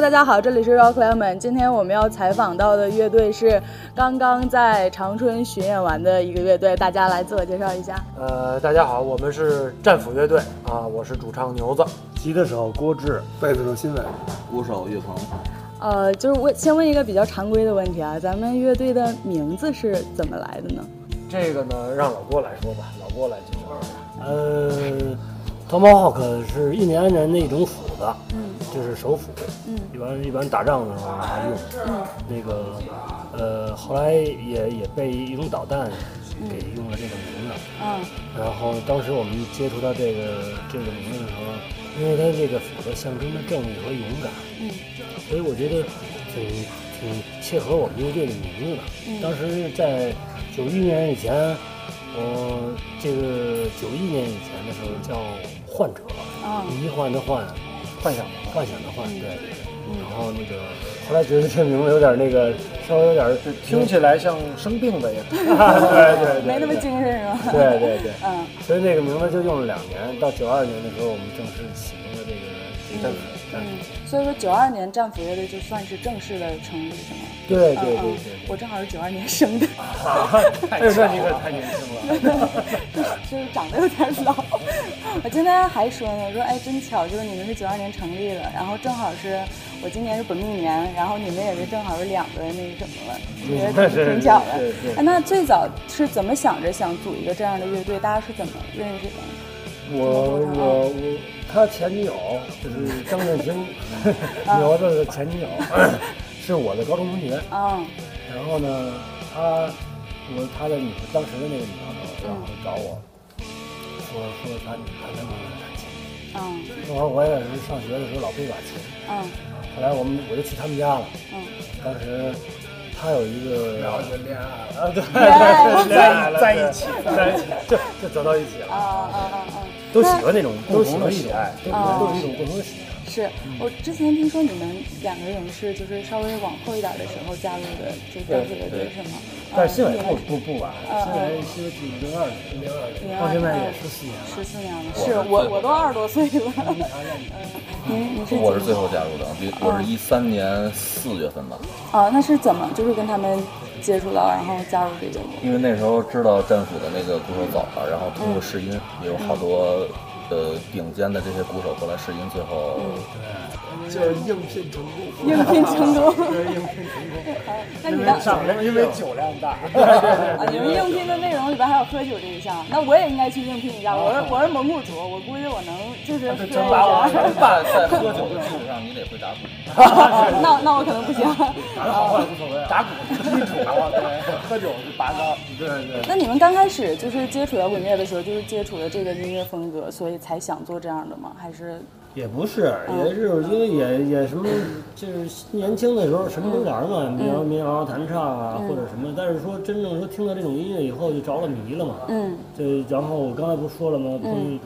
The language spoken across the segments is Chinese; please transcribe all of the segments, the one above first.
大家好，这里是 Rock Lemon。今天我们要采访到的乐队是刚刚在长春巡演完的一个乐队，大家来自我介绍一下。呃，大家好，我们是战斧乐队啊，我是主唱牛子。吉他手郭志，贝斯手新伟，鼓手岳鹏，呃，就是问先问一个比较常规的问题啊，咱们乐队的名字是怎么来的呢？这个呢，让老郭来说吧，老郭来介绍一下。呃，Tomahawk 是印第安人的一种斧子，嗯就是手斧，嗯一般一般打仗的时候还用。嗯那个，呃，后来也也被一种导弹给用了这个名字。嗯然后当时我们接触到这个这个名字的时候，因为它这个斧子象征着正义和勇敢，嗯所以我觉得挺挺切合我们乐队的名字的。嗯当时在九一年以前，我这个九一年以前的时候叫患者，嗯迷幻的幻，幻想吧，幻想的幻，嗯对。然后那个后来觉得这名字有点那个，稍微有点这听起来像生病的也。 对对对，没那么精神是吧？对对对，嗯所以那个名字就用了两年，到九二年的时候，我们正式启用了这个这个战嗯斧。，所以说九二年战斧乐队就算是正式的成立是吗？对对嗯对嗯对我正好是九二年生的， 对，哎，那你可太年轻了。 就是长得有点老。我今天还说呢，我说哎，真巧，就是你们是九二年成立的，然后正好是我今年是本命年，然后你们也是正好是两个那个什么了，觉 得挺挺巧的嗯是是。哎，那最早是怎么想着想组一个这样的乐队？大家是怎么认识的？我嗯我我，他前女友就是张振兴，嗯牛子的前 女友， 是我的高中同学。啊，然后呢，他我他的女当时的那个女朋友，然后找我说说他他能不能弹琴？嗯正好我也是上学的时候老背把琴，嗯 后来我们我就去他们家了。嗯，当时他有一个，然后就恋爱了，啊对，爱恋爱 了，在一起，在一起，就就走到一起啊了，啊啊啊！都喜欢那种都都喜喜欢欢喜爱，都啊都有一种共同的喜爱。是我之前听说你们两个人是就是稍微往后一点的时候加入的，就战斧乐队是吗？但是新嗯伟你不不不晚，嗯新伟新伟挺零二年，零二零年二到现在也年十四年了。十四年了，是我我都二十多岁了。嗯嗯您你是我是几最后加入的，比我是一三年四月份吧，啊？那是怎么就是跟他们接触到，然后加入这个？因为那时候知道战斧的那个鼓手走了，然后通过试音，也有好多呃顶尖的这些鼓手过来试音，最后就是应聘成功。应聘成 功。 那你当上因为酒量大， 啊，你们应聘的内容里边还有喝酒这一项，那我也应该去应聘一下。我是我是蒙古族，我估计我能啊就是喝一 下。在在喝酒的基础上，你得会打鼓。 那那我可能不行。打鼓基础，对，喝酒就拔高，对对。 那你们刚开始就是接触摇滚乐的时候，就是接触的这个音乐风格，所以才想做这样的吗？还是也不是，也是我觉得也也什么，就是年轻的时候什么都玩嘛，民谣、民谣、弹唱啊，或者什么。但是说真正说听到这种音乐以后，就着了迷了嘛。嗯就然后我刚才不是说了吗？嗯，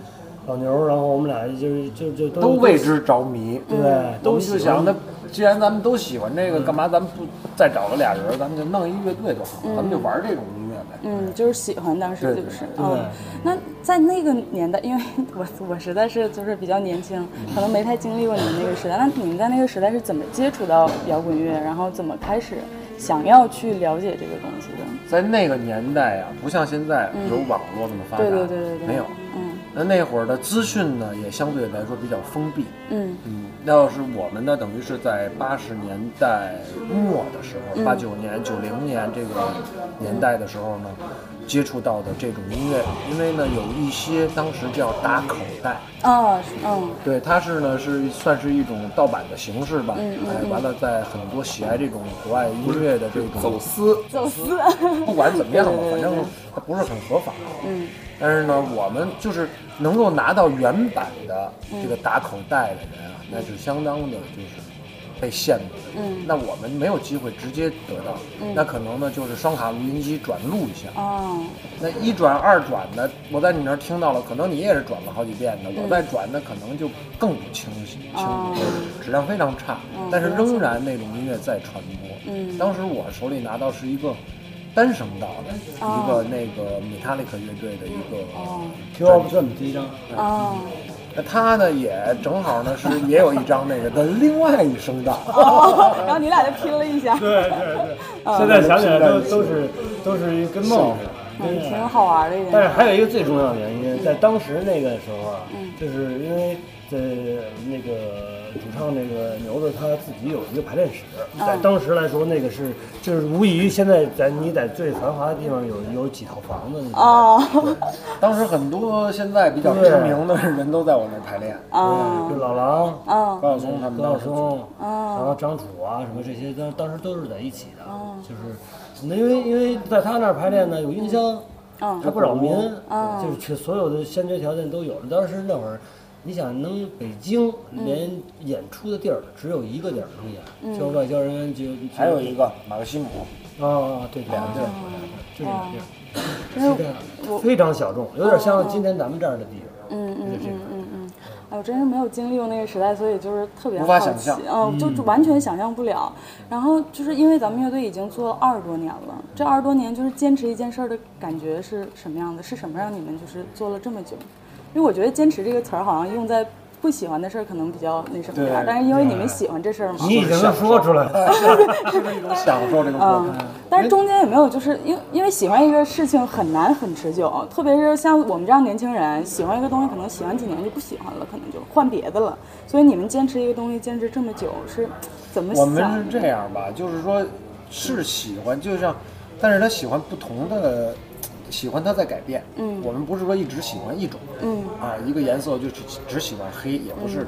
老牛儿，然后我们俩就是就就都都为之着迷，对，都喜是欢想那既然咱们都喜欢这个，干嘛咱们不再找了俩人儿，咱们就弄一乐队多好，咱们就玩这种音乐呗。嗯，就是喜欢，当时对就是对嗯。那在那个年代，因为我我实在是就是比较年轻，嗯可能没太经历过你们那个时代。那你们在那个时代是怎么接触到摇滚乐，然后怎么开始想要去了解这个东西的？在那个年代啊，不像现在有网络那么发达，嗯对对对对对，没有。嗯那那会儿的资讯呢，也相对来说比较封闭。嗯嗯，那要是我们呢，等于是在八十年代末的时嗯候，八九年、九零年这个年代的时候呢，接触到的这种音乐，因为呢有一些当时叫打口袋，啊是嗯对，它是呢是算是一种盗版的形式吧。嗯嗯哎，完了，在很多喜爱这种国外音乐的这走种，私，走私不管怎么样吧，反正它不是很合法。啊嗯但是呢，我们就是能够拿到原版的嗯这个打口袋的人啊，那是相当的，就是被羡慕的。嗯那我们没有机会直接得到，那可能呢就是双卡录音机转录一下。哦那一转二转的，我在你那儿听到了，可能你也是转了好几遍的，嗯我再转的可能就更不清晰，清哦楚，质量非常差嗯，但是仍然那种音乐在传播。嗯当时我手里拿到是一个单声道的一哦个那个 Metallica 乐队的一个哦听我们这么第一张，哦那他呢也正好呢是也有一张那个的另外一声道，哦，然后你俩就拼了一下，对对对，现在想起来都都是都是跟梦似的。嗯，挺好玩的一件但是事。还有一个最重要的原因，在当时那个时候啊，嗯就是因为在那个主唱那个牛子他自己有一个排练室，嗯在当时来说，那个是就是无疑现在在你在最繁华的地方有有几套房子那种哦， 当时很多现在比较知名的人都在我那儿排练，啊，对，就老狼。嗯，高晓松他们高当晓时松，然后张楚啊，什么这些，当当时都是在一起的，就是，因为因为在他那儿排练呢，有音箱，嗯还不扰民，就是全所有的先决条件都有了。当时那会儿，你想能北京连演出的地儿只有一个地儿能演，就是外交人员就还有一个马克西姆，哦啊，对，两个地儿，就两个地儿， 是这样的，非常小众，有点像今天咱们这儿的地方，嗯嗯嗯嗯嗯，哎，我真是没有经历过那个时代，所以就是特别无法好想奇象嗯，就就完全想象不了。然后就是因为咱们乐队已经做了二十多年了，这二十多年就是坚持一件事儿的感觉是什么样的？是什么让你们就是做了这么久？因为我觉得“坚持”这个词儿好像用在不喜欢的事儿可能比较那什么点儿，对但是因为你们喜欢这事儿嘛，你已经说出来了，享受这个过程嗯。，但是中间有没有就是因因为喜欢一个事情很难很持久，特别是像我们这样年轻人，喜欢一个东西可能喜欢几年就不喜欢了，可能就换别的了。所以你们坚持一个东西坚持这么久是怎么我想们的？是这样吧，就是说，是喜欢，就像，但是他喜欢不同的，喜欢他在改变。嗯，我们不是说一直喜欢一种。嗯，啊，一个颜色就只只喜欢黑，也不是的。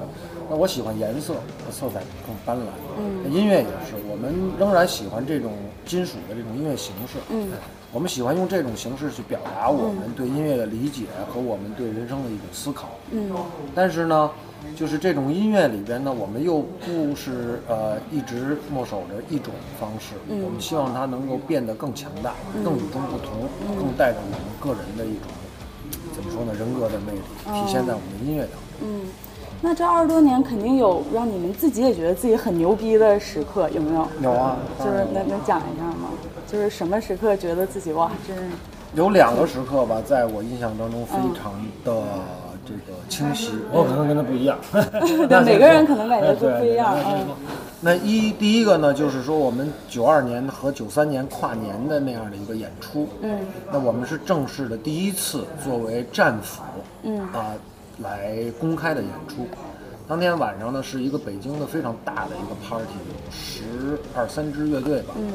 那我喜欢颜色，色彩更斑斓。嗯，音乐也是，我们仍然喜欢这种金属的这种音乐形式。嗯，我们喜欢用这种形式去表达嗯我们对音乐的理解和我们对人生的一种思考。嗯，但是呢，就是这种音乐里边呢，我们又不是呃一直墨守着一种方式，嗯我们希望它能够变得更强大、更与众不同、嗯更带着我们个人的一种怎么说呢，人格的魅力哦体现在我们的音乐当中。那这二十多年肯定有让你们自己也觉得自己很牛逼的时刻，有没有？嗯有啊，就是能能讲一下吗？就是什么时刻觉得自己哇，真是有两个时刻吧，在我印象当中非嗯常的这个清晰。我可能跟他不一样， 对每个人可能感觉都对不一样。对嗯那一第一个呢，就是说我们九二年和九三年跨年的那样的一个演出，嗯，那我们是正式的第一次作为战斧，嗯啊、来公开的演出。当天晚上呢，是一个北京的非常大的一个 party，有十二三支乐队吧，嗯，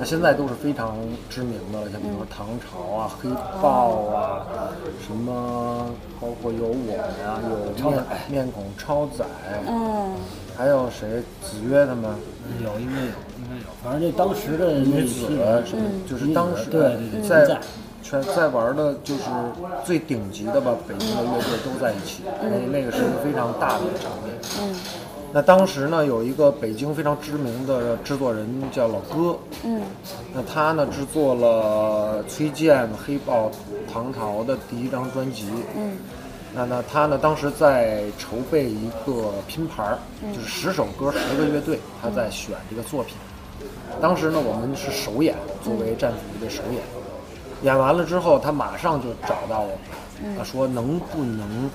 那现在都是非常知名的了，像比如说唐朝啊、黑豹啊，什么包括有我呀、有面面孔超载，嗯还有谁？子曰他们，有应该有应该有，反正这当时的那女一子批人呃什么，就是当时对对对现在在全在玩的，就是最顶级的吧，北京的乐队都在一起，哎那那个是一个非常大的一个场面。嗯。那当时呢，有一个北京非常知名的制作人叫老哥，嗯那他呢制作了崔健、黑豹、唐朝的第一张专辑。嗯那呢，他呢当时在筹备一个拼盘儿，就是十首歌十个乐队，他在选这个作品。当时呢，我们是首演，作为战斧的首演。演完了之后，他马上就找到我们，他说能不能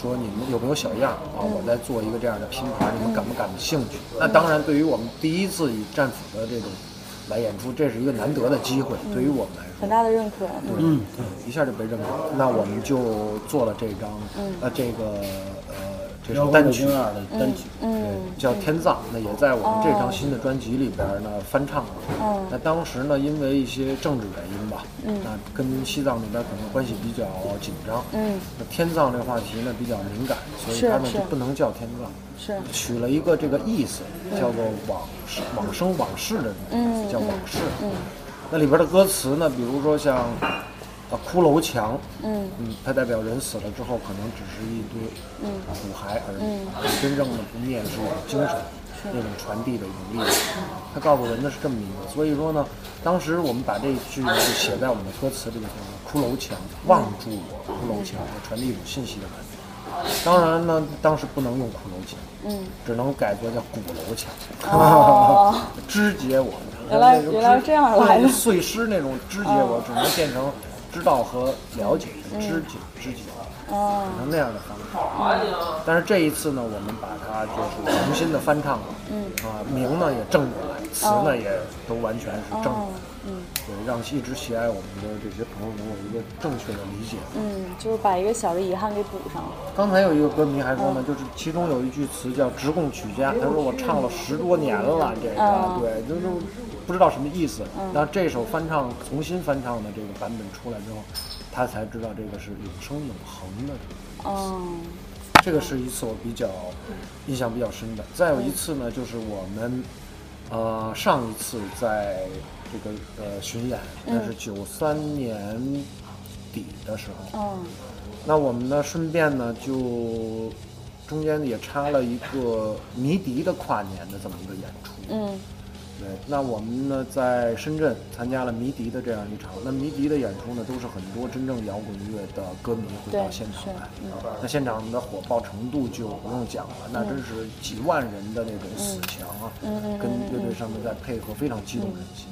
说你们有没有小样儿啊？我在做一个这样的拼盘儿，你们感不感兴趣？那当然，对于我们第一次以战斧的这种来演出，这是一个难得的机会，对于我们来说。很大的认可。嗯嗯，一下就被认可了。那我们就做了这张，呃，这个呃这摇首滚单北曲京二的单曲，嗯哦叫《天葬》，那也在我们这张新的专辑里边呢翻唱了。那当时呢，因为一些政治原因吧，那跟西藏那边可能关系比较紧张。嗯，那天葬这个话题呢比较敏感，所以是他们是就不能叫天葬。是取了一个这个意思，叫做往事、往生、往事的这种意思，叫往事。那里边的歌词呢，比如说像啊骷髅墙，嗯嗯，它代表人死了之后可能只是一堆骨骸而已，真正的不灭是我的精神那种传递的一种力量。它告诉人的是这么一个，所以说呢，当时我们把这句就写在我们的歌词里面，骷髅墙，望住我，骷髅墙，传递一种信息的感觉。当然呢，当时不能用骷髅墙，嗯，只能改作叫鼓楼墙，哦 肢解我。原来那个原来肢这样来的哦对碎尸那种肢解我，只能变成肢知道和了解知己知己，嗯哦嗯可能那样的方式。但是这一次呢，我们把它就是重新的翻唱了，嗯啊，名呢也正过来，词呢也都完全是正哦的，，嗯对，让一直喜爱我们的这些朋友能有一个正确的理解。嗯，就是把一个小的遗憾给补上了。刚才有一个歌迷还说呢，就是其中有一句词叫“直供曲家”，他说我唱了十多年了，这嗯个对，就是不知道什么意思。但是这首翻唱重新翻唱的这个版本出来之后，他才知道这个是永生永恒的。嗯这个是一次我比较印象比较深的。再有一次呢，就是我们呃上一次在这个呃巡演，那是九三年底的时候。嗯那我们呢，顺便呢，就中间也插了一个迷笛的跨年的这么一个演出。嗯对，那我们呢在深圳参加了迷笛的这样一场。那迷笛的演出呢，都是很多真正摇滚乐的歌迷会到对现场是来。啊那现场的火爆程度就不用讲了，那真是几万人的那种死墙啊，跟乐队上面在配合，非常激动人心。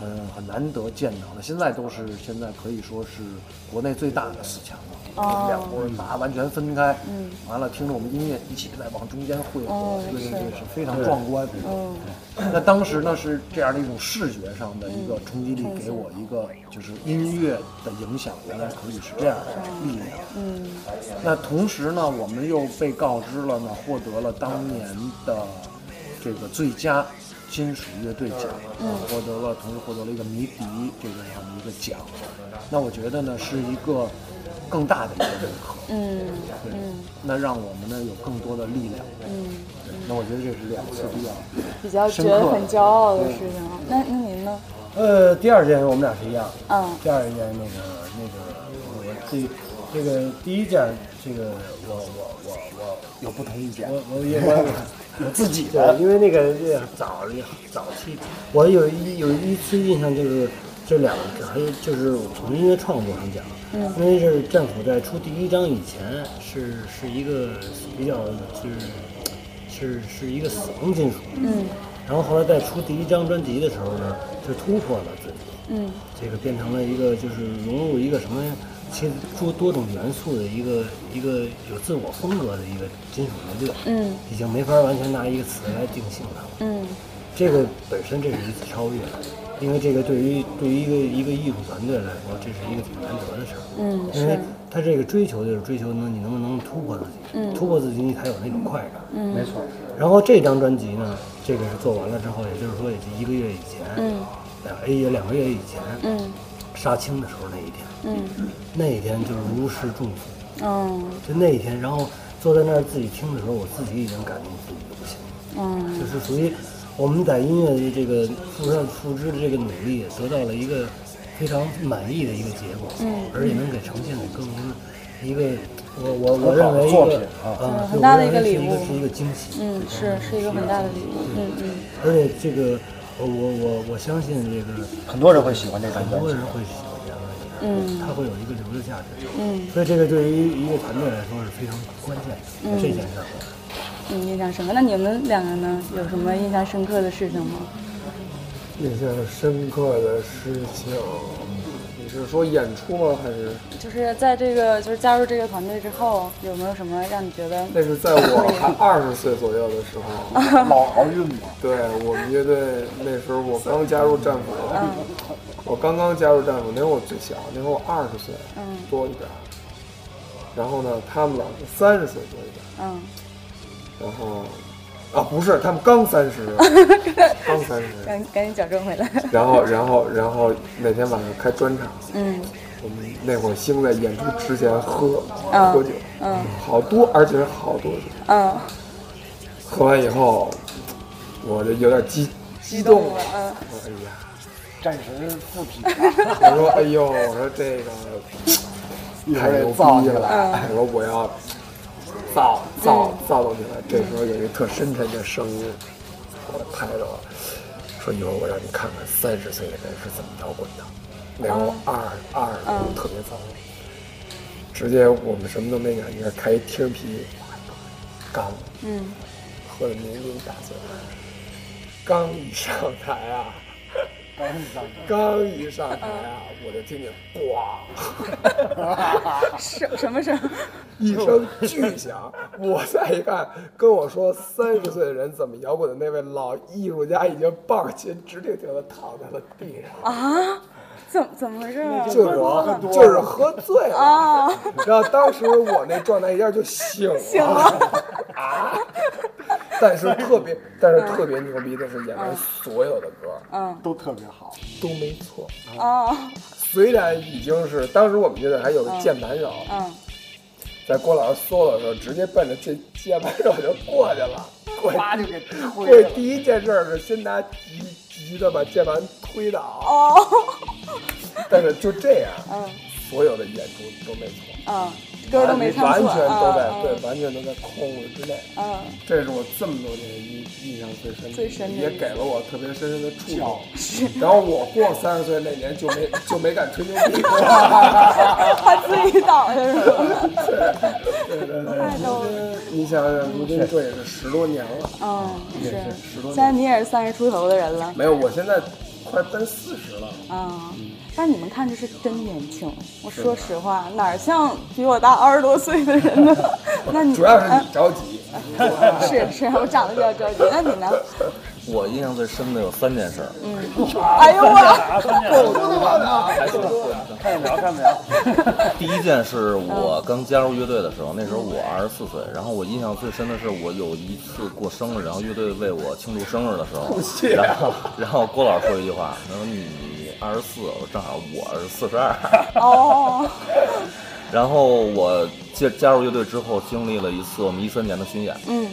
很很难得见到的，现在都是现在可以说是国内最大的四强了，两拨人把它完全分开，嗯，完了听着我们音乐一起再往中间汇合，对对对，是非常壮观。嗯，那当时呢是这样的一种视觉上的一个冲击力，给我一个就是音乐的影响，原来可以是这样的力量。嗯，那同时呢，我们又被告知了呢，获得了当年的这个最佳金属乐队奖，获得了同时获得了一个迷笛这个样的一个奖。那我觉得呢，是一个更大的一个认可，嗯对，那让我们呢有更多的力量，嗯，对，那我觉得这是两次比较，比较觉得很骄傲的事情。那那您呢？呃，第二件我们俩是一样的。嗯第二件那个那个我这这个第一件这个我我我我有不同意见，我我也我有自己的，对，因为那个这个早早期，我有一有一次印象就是这两个，还有就是我从音乐创作上讲，啊嗯因为是战斧在出第一章以前是是一个比较就是是是一个死亡金属，嗯，然后后来在出第一张专辑的时候呢，就突破了自己，嗯这个变成了一个就是融入一个什么其多多种元素的一个一个有自我风格的一个金属乐队，嗯，已经没法完全拿一个词来定性它了。嗯这个本身这是一次超越，因为这个对于对于一个一个艺术团队来说，这是一个挺难得的事儿。嗯因为他这个追求就是追求能你能不能突破自己，突破自己你才有那种快感。没错，然后这张专辑呢，这个是做完了之后，也就是说也就一个月以前，嗯，两个月两个月以前，嗯杀青的时候那一天，嗯那一天就是如释重负，嗯就那一天，然后坐在那儿自己听的时候，我自己已经感觉自己不行了，嗯就是属于我们在音乐的这个付上付之的这个努力，得到了一个非常满意的一个结果，嗯，而且能给呈现给更多的一个。我我我认为一作品个啊啊，很大的对我认为一个礼物是是一个惊喜。嗯，是是一个很大的礼物。嗯嗯而且这个，我我我我相信这个很多人会喜欢这张很专多辑人，会喜欢这样的人，嗯他会有一个留的价值。嗯所以这个对于一个团队来说是非常关键的、这件事儿。嗯，印象深刻。那你们两个呢？有什么印象深刻的事情吗？印象深刻的事情，你是说演出吗？还是就是在这个就是加入这个团队之后，有没有什么让你觉得那是在我还二十岁左右的时 候，老好运嘛，对我们乐队那时候我刚加入战斧，我刚刚加入战斧，那会儿我最小，那会儿我二十岁嗯多一点儿，然后呢，他们两个三十岁多一点儿。嗯然后啊，不是，他们刚 三十，刚三十。赶赶紧矫正回来？然后，然后，然后那天晚上开专场，嗯我们那会儿兴在演出之前喝、嗯喝酒，嗯好多，而且是好多酒。嗯，喝完以后，我就有点激激动动了嗯我说哎呀，战神附体，我说哎呦，我说这个一会太儿牛也造逼起来。嗯了，哎我说我要造造造动起来。这时候有一个特深沉的声音，我拍着我说一会儿我让你看看三十岁的人是怎么摇滚的。那会儿我二二十多特别糟，直接我们什么都没干，你看开一听皮干了，嗯，喝的酩酊大醉，刚一上台啊。刚上台刚一上台啊，我就听见咣，什什么声？一声巨响。我再一看，跟我说三十岁的人怎么摇滚的那位老艺术家，已经抱着琴直挺挺的躺在了地上。啊？怎么怎么回事啊？就是我，就是喝醉了。啊，然后当时我那状态一下就醒了，醒了啊！但是特别，但是特别牛逼的是，演员所有的歌嗯都特别好，都没错。啊，虽然已经是当时我们乐队还有个键盘手，嗯，在郭老师 solo 的时候，直接奔着键键盘手就过 去了。过去啪就给推对，了。第一件事是先拿吉吉他把键盘推倒，哦，但是就这样，嗯所有的演出都没错。啊嗯，歌都没唱完错，全都在、嗯对，完全都在控制之内。嗯，这是我这么多年印印象最深的，最深的也印象给了我特别深深的触动。然后我过三十岁那年就没就没敢吹牛 逼，他自己倒的是吧？太逗了，你想想，如今这也是十多年了，嗯，是。十现多年在你也是三十出头的人了，没有，我现在快奔四十了。啊、但你们看着是真年轻，我说实话，哪儿像比我大二十多岁的人呢？那你主要是你着急，啊是是，我长得比较着急。那你呢？我印象最深的有三件事儿，哎呦我，啊，看见了，还是我看见聊，看不聊。第一件是我刚加入乐队的时候，那时候我二十四岁，然后我印象最深的是我有一次过生日，然后乐队为我庆祝生日的时候，然后然后郭老师说一句话，他说你二十四，我说正好我是四十二，哦，然后我加加入乐队之后，经历了一次我们一三年的巡演，嗯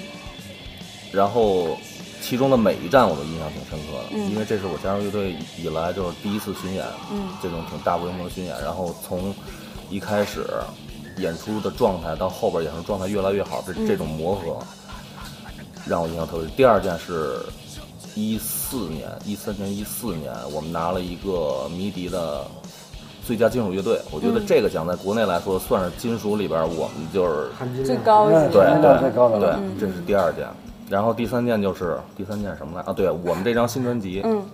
然后其中的每一站我都印象挺深刻的，因为这是我加入乐队以来就是第一次巡演，嗯这种挺大规模的巡演。然后从一开始演出的状态到后边演出状态越来越好，这、这种磨合让我印象特别。第二件是一四年、一三年、一四年，我们拿了一个迷笛的。最佳金属乐队，我觉得这个奖在国内来说算是金属里边我们就是最高级的对嗯对太高了对，这是第二件。然后第三件就是第三件是什么来啊？对我们这张新专辑，嗯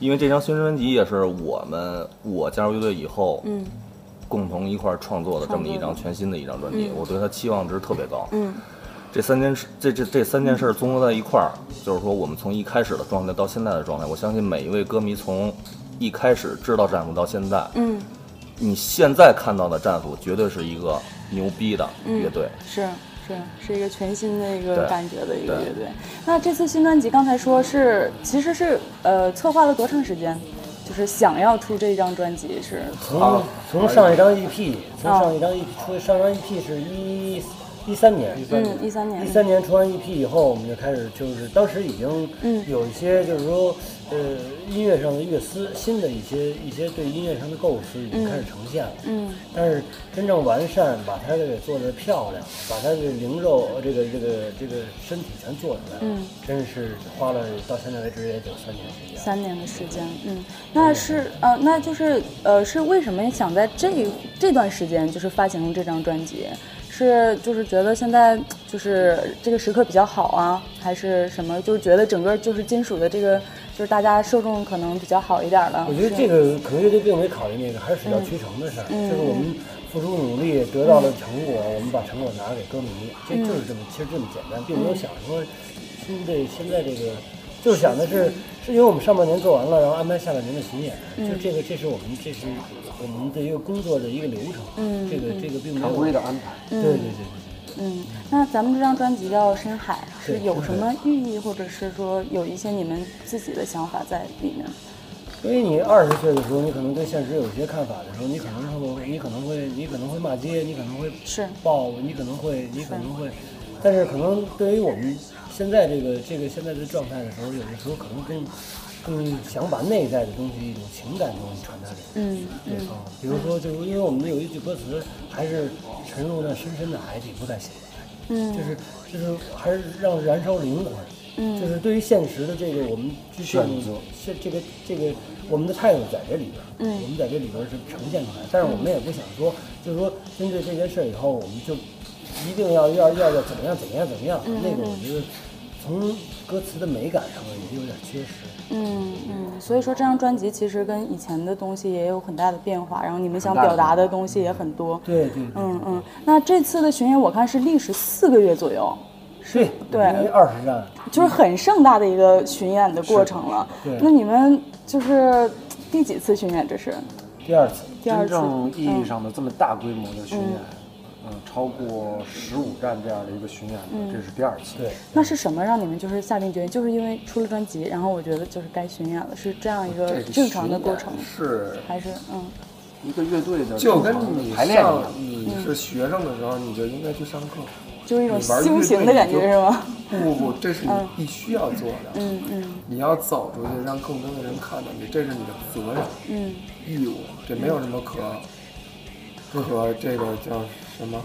因为这张新专辑也是我们我加入乐队以后，嗯共同一块儿创作的这么一张全新的一张专辑，我对它期望值特别高。嗯这三件事，这这这三件事综合在一块儿，就是说我们从一开始的状态到现在的状态，我相信每一位歌迷从一开始知道战斧到现在，嗯，你现在看到的战斧绝对是一个牛逼的乐队。是是是一个全新的一个对感觉的一个对乐队。那这次新专辑刚才说是其实是呃策划了多长时间？就是想要出这一张专辑是嗯从从上一张 EP，从上一哦张 EP 出上张 EP 是一一三年，一嗯一三年一三年出完 EP 以后，我们就开始就是当时已经嗯有一些就是说呃音乐上的乐思，新的一些一些对音乐上的构思已经开始呈现了。嗯但是真正完善，把它这个做得漂亮，把它这个灵肉呃这个这个这个身体全做出来了，嗯，真是花了到现在为止也得三年时间。三年的时间，嗯，那是呃，那就是呃，是为什么想在这这段时间就是发行这张专辑？是就是觉得现在就是这个时刻比较好啊，还是什么？就是觉得整个就是金属的这个就是大家受众可能比较好一点了。我觉得这个可能乐队并没考虑那个，还是水到嗯渠成的事儿。就是我们付出努力得到了成果，我们把成果拿给歌迷，这就是嗯这么，其实这么简单，并没有想说现在现在这个，就是想的是，是因为我们上半年做完了，然后安排下半年的巡演，嗯就这个，这是我们这是我们的一个工作的一个流程。嗯这个这个并没有常规的安排。对对对对嗯，那咱们这张专辑叫《深海》，是对有什么寓意，或者是说有一些你们自己的想法在里面？对，因为你二十岁的时候，你可能对现实有一些看法的时候，你可能会，你可能会，你可能会骂街，你可能会是报，你可能会，你可能会，但是可能对于我们现在这个这个现在的状态的时候，有的时候可能更更想把内在的东西一种情感东西传达给嗯对方。比如说，就是因为我们有一句歌词，还是沉入那深深的海底不再醒来，嗯就是就是还是让燃烧灵魂。嗯就是对于现实的这个我们之前现这个这个我们的态度在这里边儿，嗯我们在这里边儿是呈现出来，但是我们也不想说，就是说针对嗯这件事儿以后，我们就一定要要要要怎么样怎么样怎么样，那个我觉得从歌词的美感上也有点缺失。嗯嗯，所以说这张专辑其实跟以前的东西也有很大的变化，然后你们想表达的东西也很多。对对对嗯嗯，那这次的巡演我看是历时四个月左右，是，对二十站，就是很盛大的一个巡演的过程了。对那你们就是第几次巡演？这是第二次，第二真次？嗯正意义上的这么大规模的巡演，嗯，超过十五站这样的一个巡演呢，嗯这是第二次。对，那是什么让你们就是下定决心？就是因为出了专辑，然后我觉得就是该巡演了，是这样一个这个正常的过程巡演，是还哎是嗯一个乐队的就跟正常的你排练一上样。你是学生的时候，你就应该去上课。就是一种你玩乐修队行的感觉你就是吗？不不不，这是你必须要做的。嗯嗯你要走出去，让更多的人看到你，这是你的责任、嗯义务，这没有什么可可这个叫什么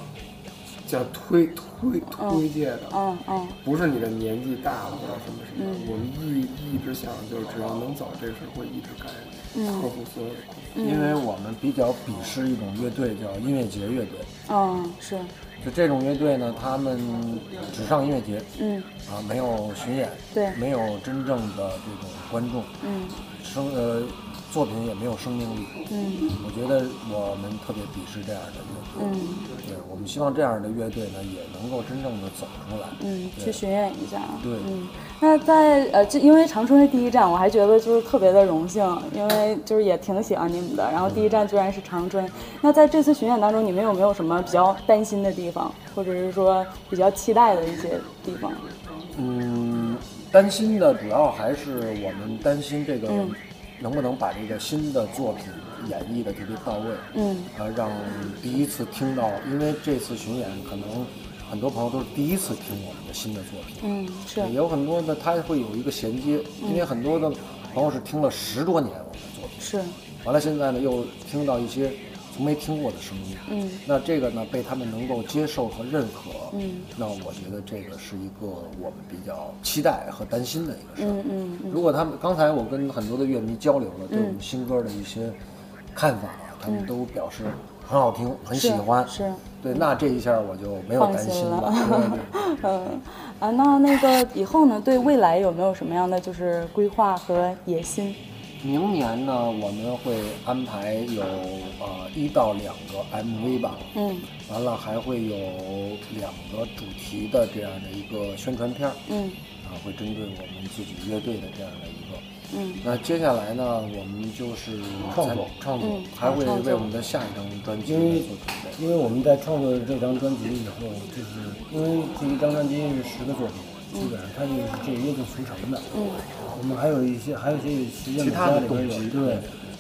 叫推推推卸的。嗯嗯不是你的年纪大了或者什么什么，我们一一直想就是只要能走这事儿会一直干，嗯克服所有的困难。因为我们比较鄙视一种乐队叫音乐节乐队，嗯，是就这种乐队呢，他们只上音乐节嗯啊，没有巡演，对没有真正的这种观众，嗯生呃作品也没有生命力。嗯我觉得我们特别鄙视这样的乐队，嗯对我们希望这样的乐队呢，也能够真正的走出来。嗯，对去巡演一下啊。对嗯，那在呃，这因为长春是第一站，我还觉得就是特别的荣幸，因为就是也挺喜欢你们的。然后第一站居然是长春，那在这次巡演当中，你们有没有什么比较担心的地方，或者是说比较期待的一些地方？嗯，担心的主要还是我们担心这个嗯能不能把这个新的作品演绎的特别到位，嗯呃，让第一次听到，因为这次巡演可能很多朋友都是第一次听我们的新的作品，嗯，是也有很多的他会有一个衔接，因为很多的朋友是听了十多年我们的作品，是，完了现在呢又听到一些从没听过的声音，嗯那这个呢被他们能够接受和认可，嗯，那我觉得这个是一个我们比较期待和担心的一个事儿。嗯嗯嗯如果他们刚才我跟很多的乐迷交流了，对我们新歌的一些看法啊，他们都表示很好听，很喜欢，是是对，那这一下我就没有放担心心了了。对对对嗯啊，那那个以后呢，对未来有没有什么样的就是规划和野心？明年呢，我们会安排有呃一到两个 MV 吧，嗯完了还会有两个主题的这样的一个宣传片儿，嗯啊，会针对我们自己乐队的这样的一个。嗯那接下来呢，我们就是创作在创作嗯，还会创作为我们的下一张专辑因为做准备。因为我们在创作这张专辑以后，就是因为这一张专辑是十个作品，基本上它就是这约定俗成的。嗯我们还有一些，还有一些时间其他的家里边东有西对，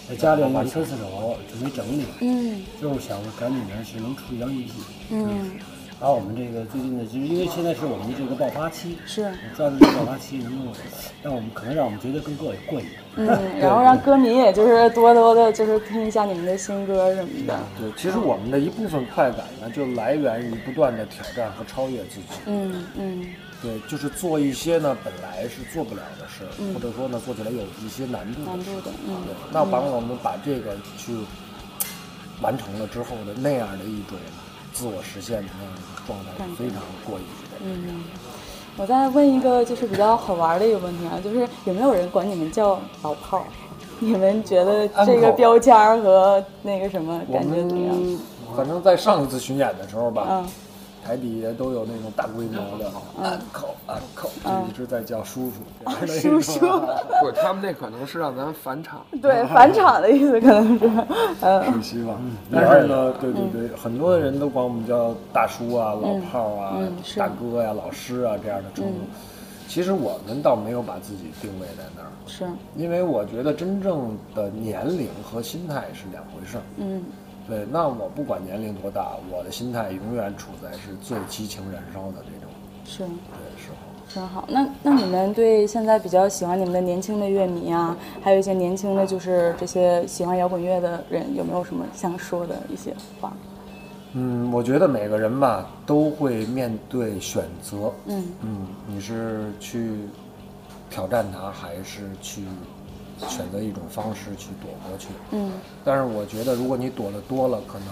在家里有一千四首准备整理，嗯就是想赶紧的是能出一张预计。嗯，把我们这个最近的，就是因为现在是我们这个爆发期，是。抓住这个爆发期，能够让我们可能让我们觉得更过瘾过瘾。 嗯，然后让歌迷也就是多多的，就是听一下你们的新歌什么的。对，其实我们的一部分快感呢，就来源于不断的挑战和超越自己。嗯嗯对，就是做一些呢本来是做不了的事儿，或者说呢做起来有一些难度嗯的难事度的嗯对，那帮我们把这个去完成了之后的那样的一种自我实现的那样的一个状态感，觉非常过瘾。嗯，我再问一个就是比较好玩的一个问题啊，就是有没有人管你们叫老炮儿？你们觉得这个标签儿和那个什么我感觉怎么样？们反正在上一次巡演的时候吧，嗯台底下都有那种大规模的安口安口，嗯就一直在叫叔叔，这样的一种叔叔，不，他们那可能是让咱返场。 对，返场的意思可能是，嗯可惜吧。但是呢，对对对，很多人都管我们叫大叔啊、老炮儿啊嗯嗯、是嗯大哥呀、老师啊这样的称呼。其实我们倒没有把自己定位在那儿，是，因为我觉得真正的年龄和心态是两回事儿。嗯对，那我不管年龄多大，我的心态永远处在是最激情燃烧的这种是。对时候。真好，那那你们对现在比较喜欢你们的年轻的乐迷啊，还有一些年轻的，就是这些喜欢摇滚乐的人，有没有什么想说的一些话？嗯，我觉得每个人吧都会面对选择，嗯嗯，你是去挑战它，还是去选择一种方式去躲过去。嗯但是我觉得，如果你躲得多了，可能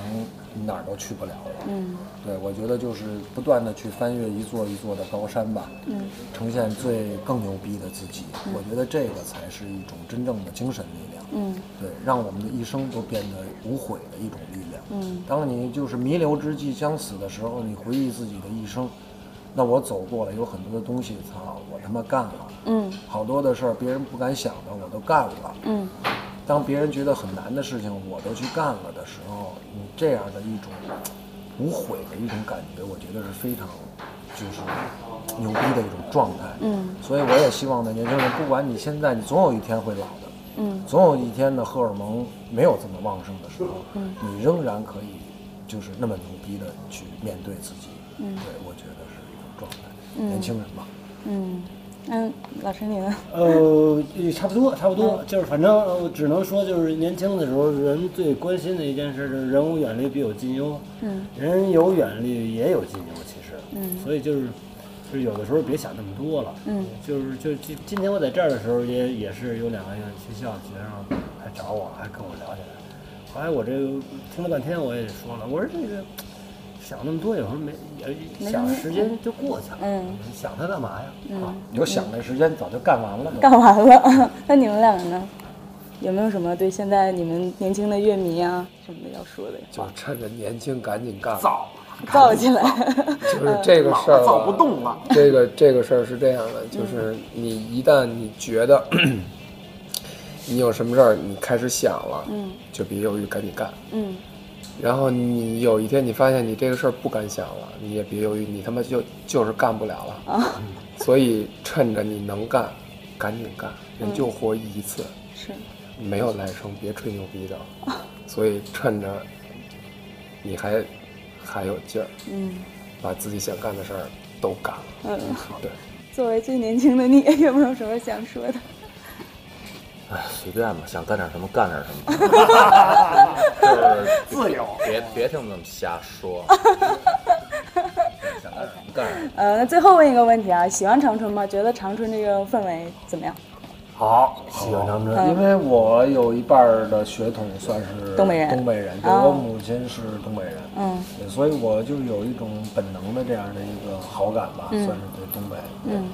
你哪儿都去不了了。嗯对，我觉得就是不断的去翻越一座一座的高山吧，嗯呈现最更牛逼的自己。我觉得这个才是一种真正的精神力量。嗯对，让我们的一生都变得无悔的一种力量。嗯，当你就是弥留之际将死的时候，你回忆自己的一生，那我走过了，有很多的东西，操，我他妈干了，嗯好多的事儿别人不敢想的，我都干了。嗯当别人觉得很难的事情，我都去干了的时候，你这样的一种无悔的一种感觉，我觉得是非常就是牛逼的一种状态。嗯所以我也希望呢，年轻人，不管你现在，你总有一天会老的。嗯总有一天呢，荷尔蒙没有这么旺盛的时候，嗯你仍然可以就是那么牛逼的去面对自己。嗯对我觉得是一种状态，嗯年轻人嘛。嗯嗯，老师你呢？呃，也差不多，差不多，嗯就是反正呃我只能说，就是年轻的时候，人最关心的一件事就是人无远虑，必有近忧。 嗯，人有远虑，也有近忧，其实。嗯所以就是，就是有的时候别想那么多了。嗯，就是就今今天我在这儿的时候也，也是有两个学校的学生还找我，还跟我聊起来。后来我这个听了半天，我也说了，我说这个想那么多，有时候没没也想什么时间就过去了。嗯，想它干嘛呀？啊。有想的时间早就干完了都，干完了， 那你们两个呢？有没有什么对现在你们年轻的乐迷啊什么的要说的呀？就趁着年轻赶紧干。造造起来， 就是这个事儿啊造不动了。这个这个事儿是这样的，就是你一旦你觉得你有什么事儿，你开始想了，嗯就别犹豫，赶紧干。嗯然后你有一天你发现你这个事儿不敢想了，你也别犹豫，你他妈就就是干不了了。啊，所以趁着你能干，赶紧干，人就活一次，是，没有来生，别吹牛逼的。所以趁着你还还有劲儿，嗯把自己想干的事儿都干了。嗯。对。作为最年轻的你， 有没有什么想说的？哎，随便吧，想干点什么干点什么， 就是自由。别别听他们瞎 说，想干什么干什么。呃，那最后问一个问题啊，喜欢长春吗？觉得长春这个氛围怎么样？好，喜欢长春嗯因为我有一半儿的血统算是东北人东北人，对哦我母亲是东北人，嗯对所以我就有一种本能的这样的一个好感吧，算是对东北。对嗯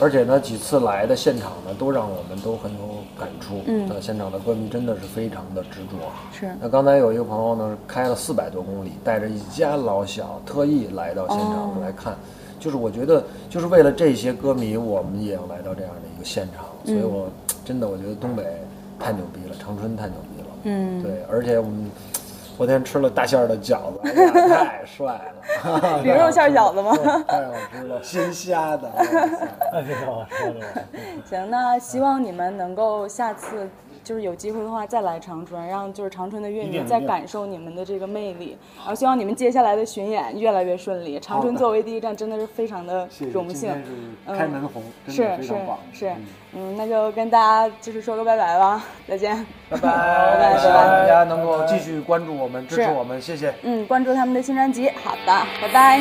而且呢，几次来的现场呢，都让我们都很有感触。嗯那现场的歌迷真的是非常的执着。是那刚才有一个朋友呢，开了四百多公里，带着一家老小，特意来到现哦场来看。就是我觉得，就是为了这些歌迷，我们也要来到这样的一个现场。所以嗯我真的，我觉得东北太牛逼了，长春太牛逼了。嗯，对，而且我们昨天吃了大馅儿的饺子，哎呀， 太帅了！驴肉馅儿饺子吗？ 太好吃了，鲜虾的。哎，别让我说的我。行，那希望你们能够下次就是有机会的话再来长春，让就是长春的乐一迷定再一定感受你们的这个魅力。然后希望你们接下来的巡演越来越顺利。长春作为第一站，真的是非常的谢谢，荣今幸。嗯天是开门红，真是的非是常棒。是，嗯，那就跟大家就是说个拜拜吧，再见。拜拜拜，希望大家能够继续关注我们，支持是我们，谢谢。嗯，关注他们的新专辑。好的，拜拜。